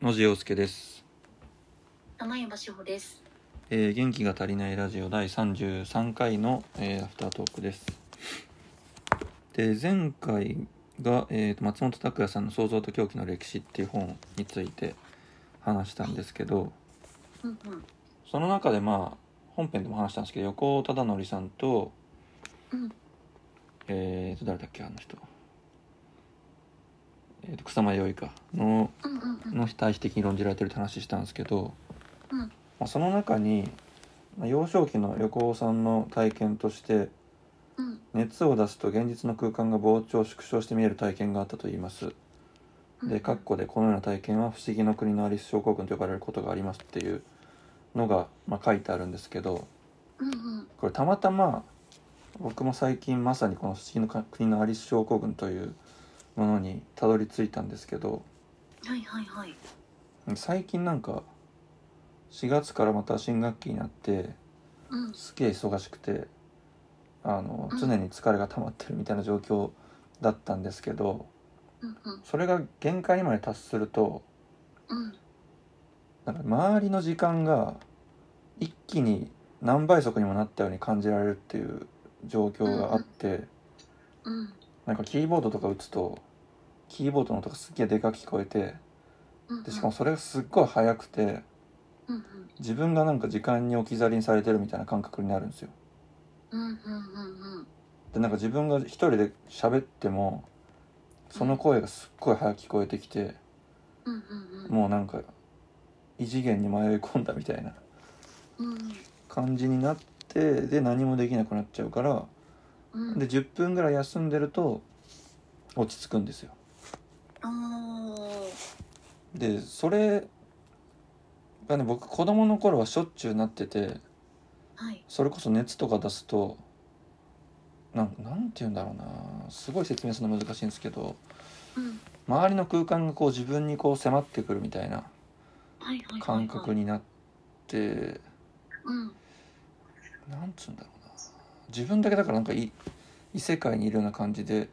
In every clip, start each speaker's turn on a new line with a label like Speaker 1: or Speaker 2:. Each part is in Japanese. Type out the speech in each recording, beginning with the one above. Speaker 1: 野次洋介です、
Speaker 2: 七山志保です。
Speaker 1: えー元気が足りないラジオ第33回の、えーアフタートークですで前回が、えーと松本拓也さんの「創造と狂気の歴史」っていう本について話したんですけど
Speaker 2: うんうん。
Speaker 1: その中でまあ本編でも話したんですけど横尾忠則さんと
Speaker 2: うん。
Speaker 1: えーと誰だっけあの人えーと草間彌生かの
Speaker 2: うんうんうん。
Speaker 1: の対比的に論じられてるって話したんですけど、
Speaker 2: うん
Speaker 1: まあ、その中にまあ幼少期の横尾さんの体験として
Speaker 2: うん
Speaker 1: 熱を出すと現実の空間が膨張縮小して見える体験があったといいます
Speaker 2: うん。
Speaker 1: で括弧でこのような体験は不思議の国のアリス症候群と呼ばれることがありますっていうのが、まあ、書いてあるんですけど
Speaker 2: うんうん。
Speaker 1: これたまたま僕も最近まさにこの「不思議の国のアリス症候群」というものにたどり着いたんですけど
Speaker 2: はいはいはい。
Speaker 1: 最近なんか4月からまた新学期になって
Speaker 2: うん。
Speaker 1: すげえ忙しくてあの
Speaker 2: うん
Speaker 1: 常に疲れが溜まってるみたいな状況だったんですけど
Speaker 2: うんうん
Speaker 1: それが限界にまで達すると
Speaker 2: うん。
Speaker 1: なんか周りの時間が一気に何倍速にもなったように感じられるっていう状況があって
Speaker 2: うん。
Speaker 1: なんかキーボードとか打つとキーボードの音がすっげえでかく聞こえて
Speaker 2: うん。
Speaker 1: でしかも。それがすっごい速くて
Speaker 2: うんうん。
Speaker 1: 自分がなんか時間に置き去りにされてるみたいな感覚になるんですよ
Speaker 2: うんうんうんうん。
Speaker 1: でなんか自分が一人で喋ってもその声がすっごい早く聞こえてきて
Speaker 2: うんうんうん。
Speaker 1: もうなんか異次元に迷い込んだみたいな
Speaker 2: うん。
Speaker 1: 感じになってで何もできなくなっちゃうから
Speaker 2: うん。
Speaker 1: で。10分ぐらい休んでると落ち着くんですよ
Speaker 2: おお。
Speaker 1: でそれがね僕子供の頃はしょっちゅうなってて
Speaker 2: はい。
Speaker 1: それこそ熱とか出すとなんなんて言うんだろうなすごい説明するの難しいんですけど
Speaker 2: うん。
Speaker 1: 周りの空間がこう自分にこう迫ってくるみたいな
Speaker 2: はいはいはい。
Speaker 1: 感覚。になって
Speaker 2: うん。
Speaker 1: なんつうんだろうな自分だけだからなんかい異世界にいるような感じで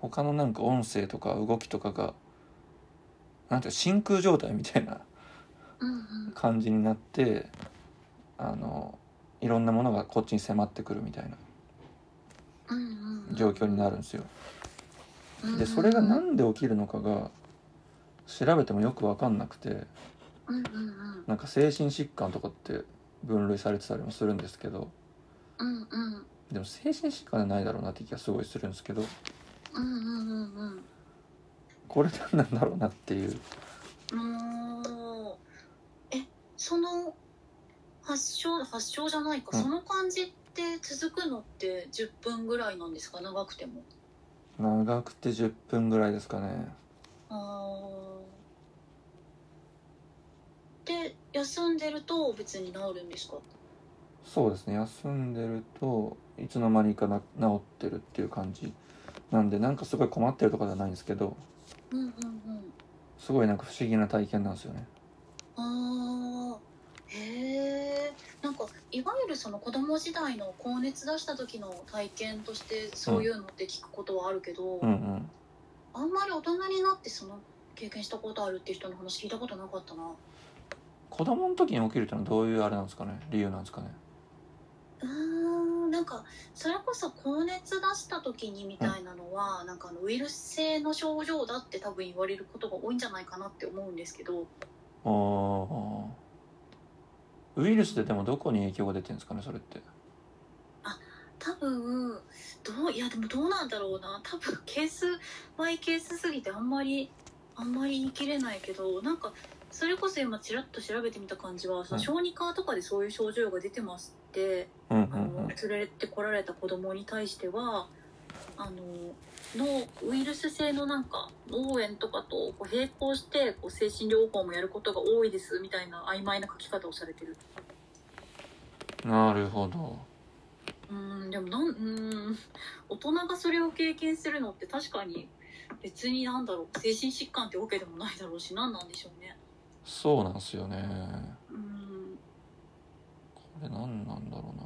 Speaker 1: 他のなんか音声とか動きとかがなんていうか真空状態みたいな
Speaker 2: うんうん。
Speaker 1: 感じになってあのいろんなものがこっちに迫ってくるみたいな
Speaker 2: うんうん。
Speaker 1: 状況になるんですよ。
Speaker 2: うんうん。
Speaker 1: でそれがなんで起きるのかが調べてもよく分かんなくて
Speaker 2: うんうんうん。
Speaker 1: なんか精神疾患とかって分類されてたりもするんですけど
Speaker 2: うんうん。
Speaker 1: でも精神疾患じゃないだろうなって気がすごいするんですけど
Speaker 2: うんうんうんうん。お
Speaker 1: これ何なんだろうなっていう
Speaker 2: おーえその発症発症じゃないか、
Speaker 1: うん
Speaker 2: その感じって続くのって10分ぐらいなんですか長くても
Speaker 1: 長くて10分ぐらいですかね
Speaker 2: あーで休んでると別に治るんですか
Speaker 1: そうですね休んでるといつの間にかな治ってるっていう感じなんでなんかすごい困ってるとかじゃないんですけど
Speaker 2: うんうんうん
Speaker 1: すごいなんか不思議な体験なんですよね
Speaker 2: あーへえんかいわゆるその子供時代の高熱出した時の体験としてそういうのって聞くことはあるけど、
Speaker 1: うんうん
Speaker 2: あんまり大人になってその経験したことあるっていう人の話聞いたことなかったな。
Speaker 1: 子供の時に起きるってのはどういうあれなんですかね理由なんですかね
Speaker 2: うーん、なんかそれこそ高熱出した時にみたいなのは、なんかあのウイルス性の症状だって多分言われることが多いんじゃないかなって思うんですけど、
Speaker 1: あーウイルスででもどこに影響が出てるんですかねそれって
Speaker 2: 多分どういやでもどうなんだろうな。多分ケースマイケースすぎてあんまりあんまり言い切れないけど、なんかそれこそ今ちらっと調べてみた感じは、その小児科とかでそういう症状が出てますって。
Speaker 1: うんうん
Speaker 2: あ
Speaker 1: う
Speaker 2: の
Speaker 1: ん
Speaker 2: 連れてこられた子供に対してはあののウイルス性のなんか脳炎とかとこう並行してこう精神療法もやることが多いですみたいな曖昧な書き方をされてる
Speaker 1: なるほど
Speaker 2: うーんでもなんうーん大人がそれを経験するのって確かに別になんだろう精神疾患ってわけでもないだろうし何なんでしょうね
Speaker 1: そうなんですよね
Speaker 2: うーん
Speaker 1: これ何なんだろうな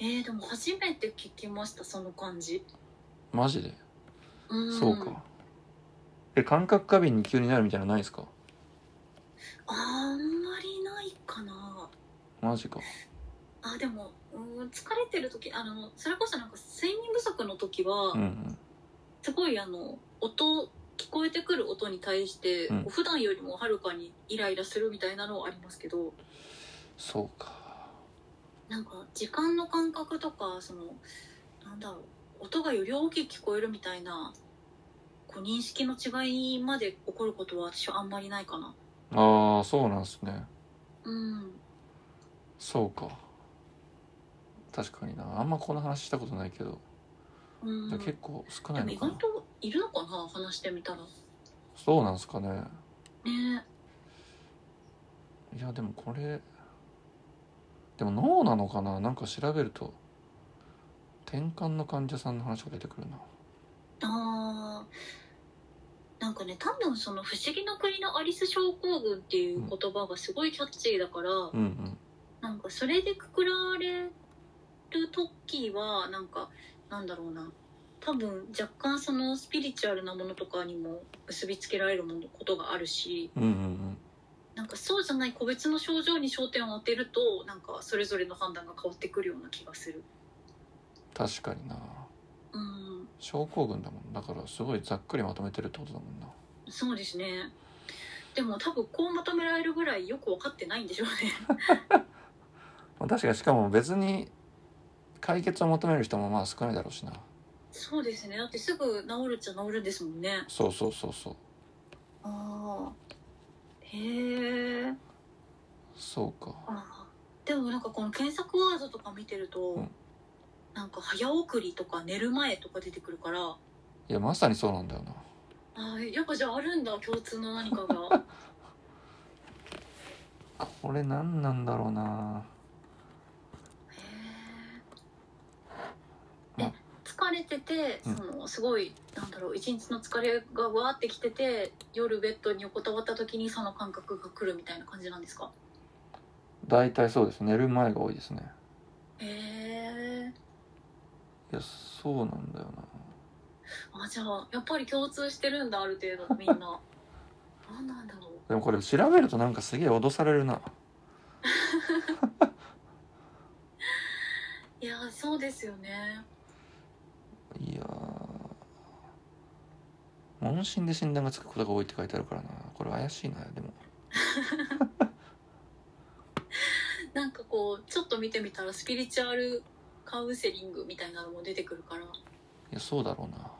Speaker 2: えー、でも初めて聞きましたその感じ
Speaker 1: マジで
Speaker 2: うーん
Speaker 1: そうか。え、感覚過敏に急になるみたいなのないですかマジか
Speaker 2: あでもうん疲れてる時あのそれこそなんか睡眠不足の時は、
Speaker 1: うんうん
Speaker 2: すごいあの音聞こえてくる音に対して、
Speaker 1: うん
Speaker 2: こう普段よりもはるかにイライラするみたいなのはありますけど
Speaker 1: そうか
Speaker 2: なんか時間の感覚とかそのなんだろう音がより大きく聞こえるみたいなこう認識の違いまで起こることは私はあんまりないかな。
Speaker 1: ああそうなんですね
Speaker 2: うん
Speaker 1: そうか確かになあんまこの話したことないけど、
Speaker 2: うん、
Speaker 1: じゃあ
Speaker 2: で
Speaker 1: 結構少ない
Speaker 2: も意
Speaker 1: のか
Speaker 2: 外
Speaker 1: な
Speaker 2: といるのかな話してみたら。
Speaker 1: そうなんですかね
Speaker 2: ね
Speaker 1: いやでもこれでも脳なのかななんか調べると転換の患者さんの話が出てくるな
Speaker 2: あーなんかね多分その「不思議の国のアリス症候群」っていう言葉がすごいキャッチーだから、
Speaker 1: うんうん
Speaker 2: なんかそれでくくられる時はなんかなんだろうな多分若干そのスピリチュアルなものとかにも結びつけられるものことがあるし
Speaker 1: うんうんうん
Speaker 2: なんかそうじゃない個別の症状に焦点を当てるとなんかそれぞれの判断が変わってくるような気がする。
Speaker 1: 確かにな
Speaker 2: うん
Speaker 1: 症候群だもんだからすごいざっくりまとめてるってことだもんな
Speaker 2: そうですね。でも多分こうまとめられるぐらいよく分かってないんでしょうね。
Speaker 1: まあ確かにしかも別に解決を求める人もまあ少ないだろうしな
Speaker 2: そうですね。だってすぐ治るっちゃ治るんですもんね。
Speaker 1: そうそうそうそう
Speaker 2: ああ。へえ。
Speaker 1: そうか
Speaker 2: あーでもなんかこの検索ワードとか見てると、
Speaker 1: うん
Speaker 2: なんか早送りとか寝る前とか出てくるから、あ
Speaker 1: いやまさにそうなんだよな
Speaker 2: あやっぱじゃああるんだ共通の何かが。
Speaker 1: これ何なんだろうな
Speaker 2: へえ。え疲れてて、
Speaker 1: うん
Speaker 2: そのすごいなんだろう一日の疲れがわーってきてて夜ベッドに横たわった時にその感覚が来るみたいな感じなんですか
Speaker 1: 大体そうです寝る前が多いですね
Speaker 2: へえ
Speaker 1: いやそうなんだよな
Speaker 2: あじゃあやっぱり共通してるんだある程度みん な何なんだろ
Speaker 1: でもこれ調べるとなんかすげえ脅されるな
Speaker 2: ういやーそうですよね
Speaker 1: いやー問診で診断がつくことが多いって書いてあるからなこれ怪しいなでも
Speaker 2: なんかこうちょっと見てみたらスピリチュアルカウンセリングみたいなのも出てくるから、
Speaker 1: いやそうだろうな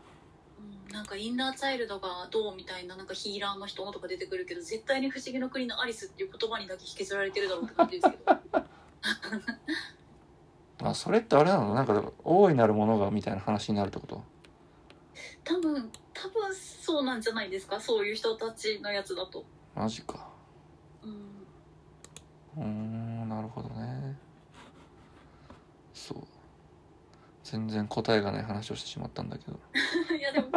Speaker 2: うん、なんかインナーチャイルドがどうみたいななんかヒーラーの人とか出てくるけど絶対に「不思議の国のアリス」っていう言葉にだけ引きずられてるだろうって感じですけど
Speaker 1: あそれってあれなのなんか大いなるものがみたいな話になるってこと
Speaker 2: 多分多分そうなんじゃないですかそういう人たちのやつだと。
Speaker 1: マジか
Speaker 2: うん
Speaker 1: うーんなるほどねそう全然答えがない話をしてしまったんだけど
Speaker 2: いやでも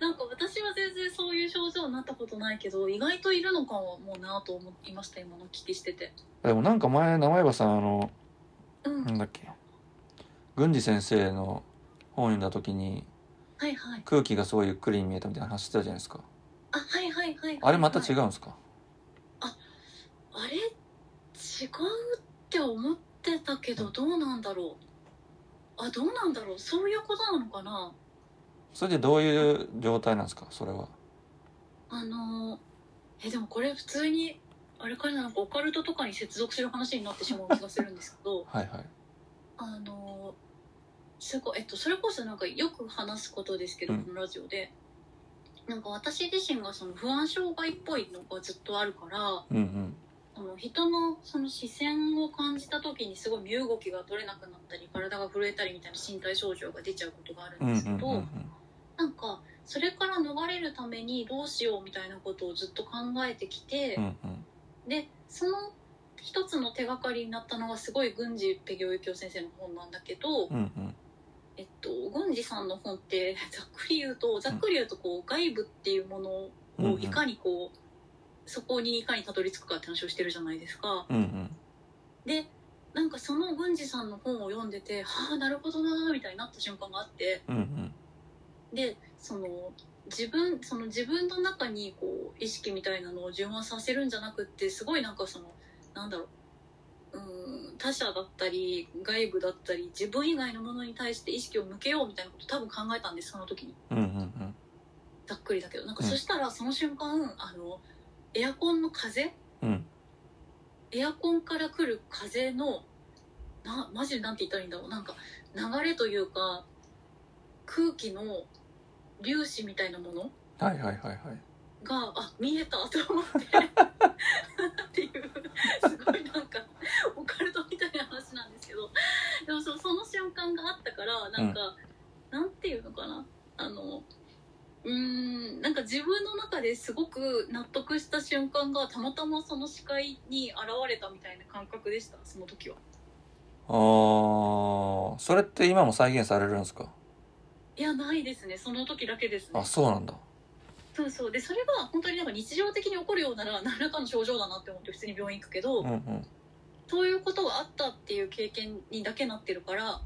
Speaker 2: なんか私は全然そういう症状になったことないけど意外といるのかもなと思いました今のお聞きしてて
Speaker 1: でもなんか前名前ばさんあの
Speaker 2: うん
Speaker 1: なんだっけ郡司先生の本読んだ時に
Speaker 2: はいはい
Speaker 1: 空気がすごいゆっくりに見えたみたいな話してたじゃないですか
Speaker 2: あはいはいはいはい、はい、
Speaker 1: あれまた違うんですか、
Speaker 2: あれ違うって思ってたけどどうなんだろうあどうなんだろうそういうことなのかな
Speaker 1: それでどういう状態なんですかそれは
Speaker 2: あのーえでもこれ普通にあれからなんかオカルトとかに接続する話になってしまう気がするんですけど
Speaker 1: はいはい
Speaker 2: あのすごい、えっと、それこそなんかよく話すことですけど、
Speaker 1: うん
Speaker 2: このラジオでなんか私自身がその不安障害っぽいのがずっとあるから
Speaker 1: うんうん
Speaker 2: あの人のその視線を感じた時にすごい身動きが取れなくなったり体が震えたりみたいな身体症状が出ちゃうことがある
Speaker 1: うん
Speaker 2: ん
Speaker 1: うん
Speaker 2: ですけ
Speaker 1: うん
Speaker 2: ど、
Speaker 1: うん
Speaker 2: なんかそれから逃れるためにどうしようみたいなことをずっと考えてきて。
Speaker 1: うんうん
Speaker 2: でその一つの手がかりになったのがすごい郡司ペギオユキオ先生の本なんだけど、
Speaker 1: うんうん
Speaker 2: えっと、郡司さんの本ってざっくり言うとざっくり言うとこう外部っていうものを
Speaker 1: うんうん
Speaker 2: いかにこう、そこにいかにたどり着くかって話をしてるじゃないですか。
Speaker 1: うんうん
Speaker 2: でなんかその郡司さんの本を読んでてはあなるほどなーみたいになった瞬間があって
Speaker 1: うんうん
Speaker 2: でその自分その自分の中にこう意識みたいなのを充満させるんじゃなくってすごいなんかそのなんだろううん、他者だったり外部だったり自分以外のものに対して意識を向けようみたいなこと多分考えたんですその時に
Speaker 1: うんうん
Speaker 2: ざっくりだけどなんか
Speaker 1: うん
Speaker 2: そしたらその瞬間あのエアコンの風
Speaker 1: うんうん
Speaker 2: エアコンから来る風のなマジでなんて言ったらいいんだろうなんか流れというか空気の粒子みたいなもの
Speaker 1: はいはいはいはい
Speaker 2: があ見えたと思ってっていうすごいなんかオカルトみたいな話なんですけどでもそその瞬間があったからなんか、なんていうのかなあのうーんなんか自分の中ですごく納得した瞬間がたまたまその視界に現れたみたいな感覚でしたその時は。
Speaker 1: あーそれって今も再現されるんですか
Speaker 2: いやないですねその時だけですね
Speaker 1: あそうなんだ
Speaker 2: そうそうでそれが本当になんか日常的に起こるようなら何らかの症状だなって思って普通に病院行くけど、
Speaker 1: うん
Speaker 2: そういうことがあったっていう経験にだけなってるから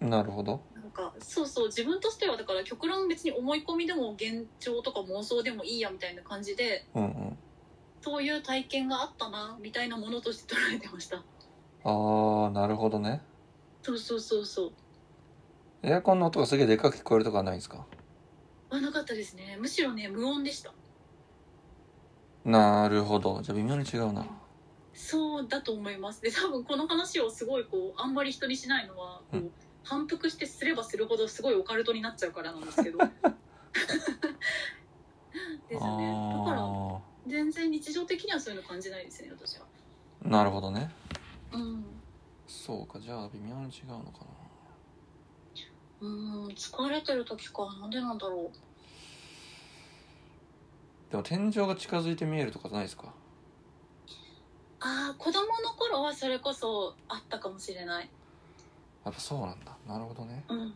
Speaker 1: うんなるほど
Speaker 2: なんかそうそう自分としてはだから極論別に思い込みでも幻聴とか妄想でもいいやみたいな感じで
Speaker 1: うんうん
Speaker 2: そういう体験があったなみたいなものとして捉えてました
Speaker 1: ああなるほどね
Speaker 2: そうそうそうそう
Speaker 1: エアコンの音がすげえでかく聞こえるとかはないんですか
Speaker 2: はなかったですねむしろね無音でした
Speaker 1: なるほどじゃあ微妙に違うな
Speaker 2: そうだと思いますで多分この話をすごいこうあんまり人にしないのはこ
Speaker 1: う
Speaker 2: う反復してすればするほどすごいオカルトになっちゃうからなんですけどですよねだから
Speaker 1: あ
Speaker 2: 全然日常的にはそういうの感じないですね私は
Speaker 1: あなるほどね
Speaker 2: うん
Speaker 1: そうかじゃあ微妙に違うのか
Speaker 2: うん疲れてる時かなんでなんだろう
Speaker 1: なでも天井が近づいて見えるとかじゃないですか
Speaker 2: ああ子供の頃はそれこそあったかもしれない
Speaker 1: やっぱそうなんだなるほどね
Speaker 2: うんうん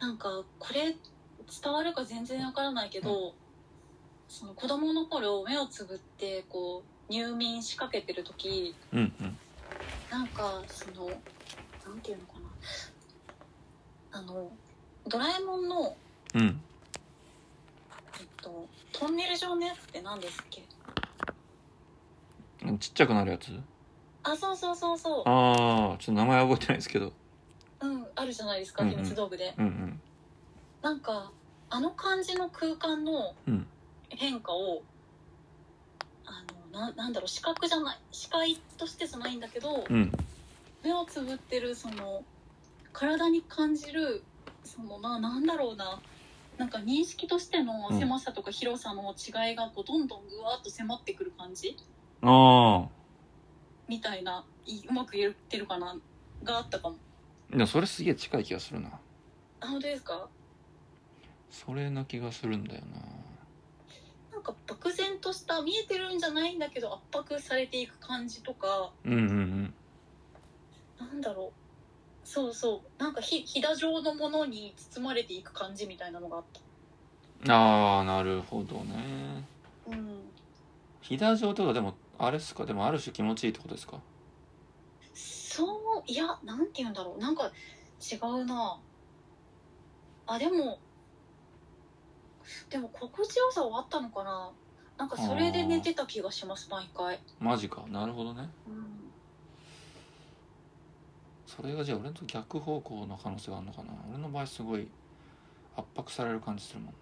Speaker 2: なんかこれ伝わるか全然わからないけど、その子供の頃目をつぶってこう入眠しかけてる時
Speaker 1: うんうん
Speaker 2: なんかそのなんていうのかなあのドラえもんの
Speaker 1: うん
Speaker 2: えっと、トンネル状のやつって何ですっけ
Speaker 1: ちっちゃくなるやつ
Speaker 2: あそうそうそうそ
Speaker 1: ああちょっと名前覚えてないですけど
Speaker 2: ううんあるじゃないですか
Speaker 1: うんうん
Speaker 2: 秘密道具で、
Speaker 1: うんうん
Speaker 2: なんかあの感じの空間の
Speaker 1: うん
Speaker 2: 変化をあのななんだろう視覚じゃない視界としてじゃないんだけど
Speaker 1: うん
Speaker 2: 目をつぶってるその体に感じるそのななんだろうななんか認識としての狭さとか広さの違いがこうどんどんぐわっと迫ってくる感じ
Speaker 1: あ
Speaker 2: みたいいうまく言ってるかながあったかも
Speaker 1: あでもそれすげえ近い気がするな
Speaker 2: あ本当ですか
Speaker 1: それな気がするんだよ
Speaker 2: なんか漠然とした見えてるんじゃないんだけど圧迫されていく感じとか
Speaker 1: なうんうん
Speaker 2: なんだろうそうそうなんかひひだ状のものに包まれていく感じみたいなのがあっ
Speaker 1: うんああなるほどね
Speaker 2: たうん
Speaker 1: 飛騨状とかでもあれっすかでもある種気持ちいいってことですか
Speaker 2: そういやなんて言うんだろうなんか違うなあでもでも心地よさはあったのかななんかそれで寝てた気がします毎回
Speaker 1: マジかなるほどね
Speaker 2: うん
Speaker 1: それがじゃあ俺と逆方向の可能性があるのかな俺の場合すごい圧迫される感じするもんね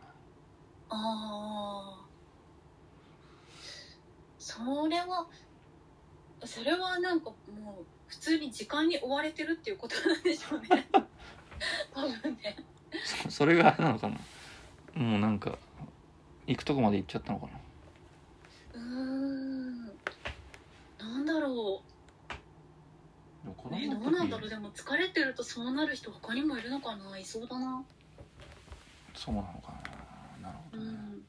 Speaker 2: ああそれはそれはなんかもう普通に時間に追われてるっていうことなんでしょうね 多分ね
Speaker 1: そ それがあれなのかなもうなんか行くとこまで行っちゃったのかな
Speaker 2: うーんなんだろ
Speaker 1: でも子
Speaker 2: うね
Speaker 1: の
Speaker 2: ど
Speaker 1: 時
Speaker 2: うなんだろうでも疲れてるとそうなる人他にもいるのかないそうだな
Speaker 1: そうなのかななる
Speaker 2: う
Speaker 1: ほどね、
Speaker 2: ん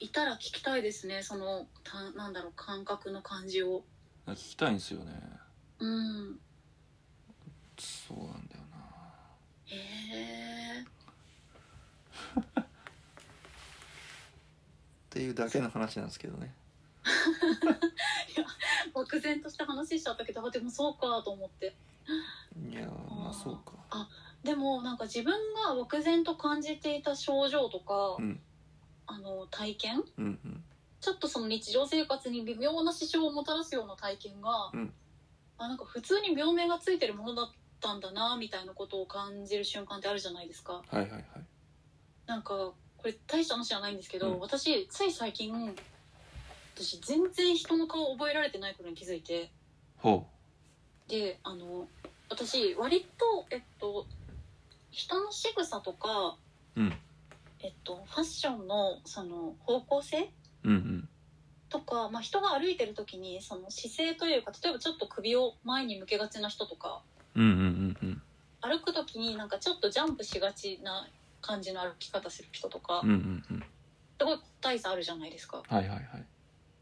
Speaker 2: いたら聞きたいですねそのたなんだろう感覚の感じを
Speaker 1: 聞きたいんですよね
Speaker 2: うん
Speaker 1: そうなんだよな
Speaker 2: へえ
Speaker 1: っていうだけの話なんですけどね
Speaker 2: 漠然とした話しちゃったけどあでもそうかと思って
Speaker 1: いやーまあそうか
Speaker 2: でもなんか自分が漠然と感じていた症状とか、
Speaker 1: うん
Speaker 2: あの体験
Speaker 1: うんうん
Speaker 2: ちょっとその日常生活に微妙な支障をもたらすような体験が、
Speaker 1: うん
Speaker 2: あなんか普通に病名がついてるものだったんだなみたいなことを感じる瞬間ってあるじゃないですか。
Speaker 1: はいはいはい
Speaker 2: なんかこれ大した話じゃないんですけど、
Speaker 1: うん
Speaker 2: 私つい最近私全然人の顔覚えられてないことに気づいて
Speaker 1: ほ
Speaker 2: であの私割とえっと人の仕草とか、
Speaker 1: うん
Speaker 2: えっと、ファッションのその方向性
Speaker 1: ううんうん
Speaker 2: とか、まあ、人が歩いてる時にその姿勢というか例えばちょっと首を前に向けがちな人とか
Speaker 1: うんうんうん
Speaker 2: 歩く時になんかちょっとジャンプしがちな感じの歩き方する人とか、
Speaker 1: うんうんうんうん
Speaker 2: すごい個体差あるじゃないですか。
Speaker 1: はいはいはい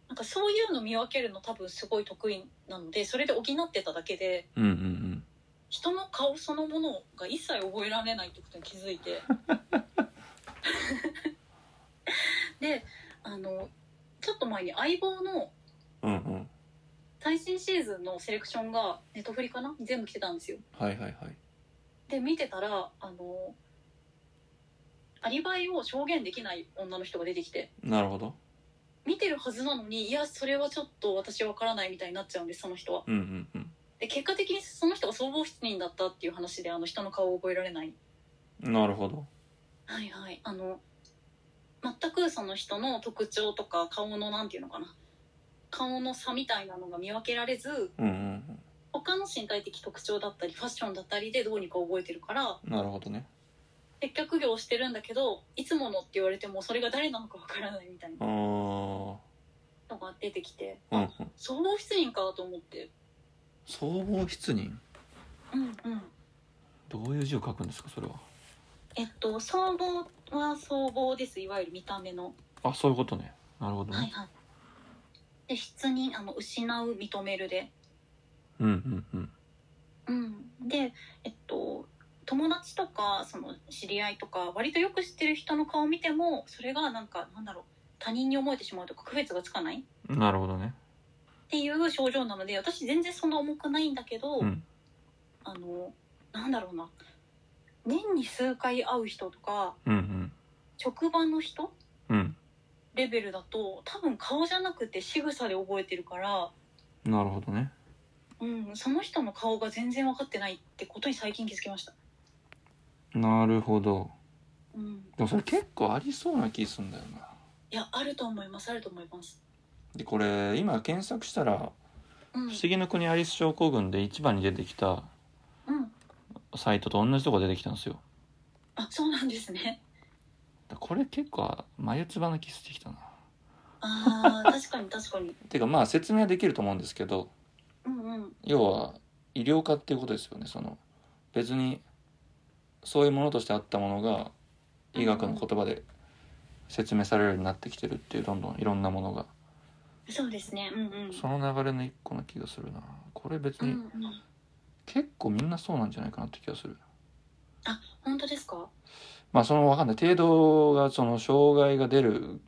Speaker 2: なんかそういうの見分けるの多分すごい得意なのでそれで補ってただけで
Speaker 1: うんうんうん
Speaker 2: 人の顔そのものが一切覚えられないってことに気づいてであのちょっと前に「相棒」の
Speaker 1: うんうん
Speaker 2: 最新シーズンのセレクションがネットフリかな全部来てたんですよ
Speaker 1: はいはいはい
Speaker 2: で見てたらあのアリバイを証言できない女の人が出てきて
Speaker 1: なるほど
Speaker 2: 見てるはずなのにいやそれはちょっと私わからないみたいになっちゃうんですその人は
Speaker 1: うんうんうん
Speaker 2: で結果的にその人が総合失人だったっていう話であの人の顔を覚えられない
Speaker 1: なるほど。
Speaker 2: はいはいあの全くその人の特徴とか顔のなんていうのかな顔の差みたいなのが見分けられず
Speaker 1: うんうん
Speaker 2: 他の身体的特徴だったりファッションだったりでどうにか覚えてるから
Speaker 1: うん。なるほどね。
Speaker 2: 接客業をしてるんだけどいつものって言われてもそれが誰なのかわからないみたい
Speaker 1: あ
Speaker 2: な
Speaker 1: あ。
Speaker 2: のが出てきて、
Speaker 1: うんう
Speaker 2: あ
Speaker 1: ん。
Speaker 2: 総合失人かと思って
Speaker 1: 総合失人。
Speaker 2: うんうん
Speaker 1: どういう字を書くんですか、それは。
Speaker 2: えっと総合は総合ですいわゆる見た目の
Speaker 1: あ、そういうことね。なるほど
Speaker 2: はい
Speaker 1: ね。
Speaker 2: はい。で質にあの失う認めるで、
Speaker 1: うんうんうん。
Speaker 2: うん、でえっと友達とかその知り合いとか割とよく知ってる人の顔を見てもそれがなんかなんだろう他人に思えてしまうとか区別がつかないっ
Speaker 1: なるほどね。
Speaker 2: ていう症状なので私全然そんな重くないんだけど、
Speaker 1: うん。
Speaker 2: あのなんだろうな年に数回会う人とか
Speaker 1: うんうん。
Speaker 2: 職場の人
Speaker 1: うん。
Speaker 2: レベルだと多分顔じゃなくて仕草で覚えてるから。
Speaker 1: なるほどね。
Speaker 2: うん、その人の顔が全然分かってないってことに最近気づきました。
Speaker 1: なるほど。
Speaker 2: うん、
Speaker 1: でもそれ結構ありそうな気すんだよな。
Speaker 2: いや、あると思います、あると思います。
Speaker 1: で、これ、今検索したら、
Speaker 2: うん、
Speaker 1: 不思議の国アリス症候群で一番に出てきた
Speaker 2: うん、
Speaker 1: サイトと同じとこ出てきたんですよ。
Speaker 2: あ、そうなんですね。
Speaker 1: だこれ結構、眉唾な気してきたな。
Speaker 2: あ あ、確かに、確かに。
Speaker 1: てか、まあ説明はできると思うんですけど、
Speaker 2: うん、うん、
Speaker 1: 要は医療化っていうことですよねその別にそういうものとしてあったものが医学の言葉で説明されるようになってきてるっていうどんどんいろんなものが
Speaker 2: そうですね。うん、うん。
Speaker 1: その流れの一個な気がするなこれ別
Speaker 2: うん、う
Speaker 1: に
Speaker 2: ん、
Speaker 1: 結構みんなそうなんじゃないかなって気がする
Speaker 2: 本当ですか。
Speaker 1: まあそのわかんない程度がその障害が出る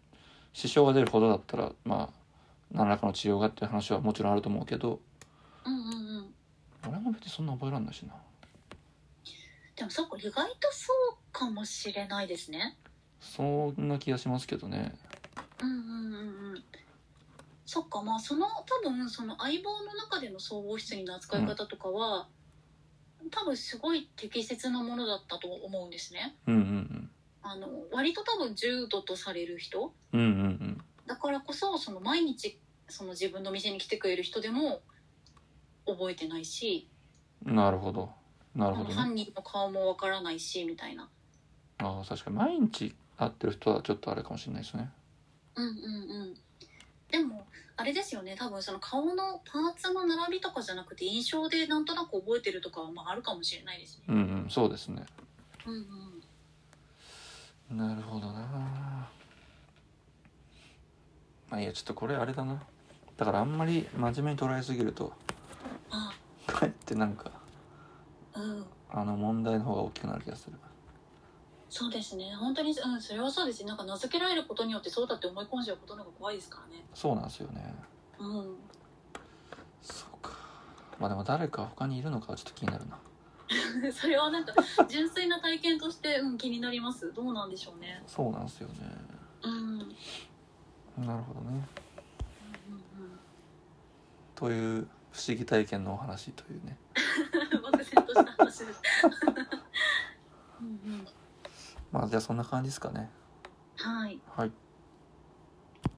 Speaker 1: 支障が出るほどだったらまあ何らかの治療がっていう話はもちろんあると思うけど
Speaker 2: うん、うん、うん。
Speaker 1: 俺も別にそんな覚えらんないしな
Speaker 2: でも、そこ意外とそうかもしれないですね。
Speaker 1: そんな気がしますけどね
Speaker 2: うん、うん、うん、うん。そっか、まあ、その、多分、その相棒の中での総合失礼の扱い方とかは。多分、すごい適切なものだったと思うんですね。
Speaker 1: うんうん
Speaker 2: あの、割と多分重度とされる人。
Speaker 1: うんうんうんうん
Speaker 2: だからこそその毎日その自分の店に来てくれる人でも覚えてないし、
Speaker 1: なるほどなるほどね
Speaker 2: 犯人の顔もわからないしみたいな
Speaker 1: ああ確かに毎日会ってる人はちょっとあれかもしれないですね
Speaker 2: うんうんうんでもあれですよね多分その顔のパーツの並びとかじゃなくて印象でなんとなく覚えてるとかはまああるかもしれないですね
Speaker 1: うんうんそうですね
Speaker 2: うんうん
Speaker 1: なるほどなまあいいやちょっとこれあれだなだからあんまり真面目に捉えすぎると
Speaker 2: あ
Speaker 1: かえってなんか
Speaker 2: うん
Speaker 1: あの問題の方が大きくなる気がする
Speaker 2: そうですね本当にうんそれはそうですねなんか名付けられることによってそうだって思い込んじゃうことの方が怖いですからね
Speaker 1: そうなんですよね
Speaker 2: うん
Speaker 1: そうかまあでも誰か他にいるのかはちょっと気になるな
Speaker 2: それはなん か純粋な体験として、うん、気になりますどうなんでしょうね
Speaker 1: そうなんですよね
Speaker 2: うん
Speaker 1: うなるほどね
Speaker 2: うんうん
Speaker 1: という不思議体験のお話というね
Speaker 2: 漠然とした話ですうんうん
Speaker 1: まあじゃあそんな感じですかね
Speaker 2: はい
Speaker 1: はい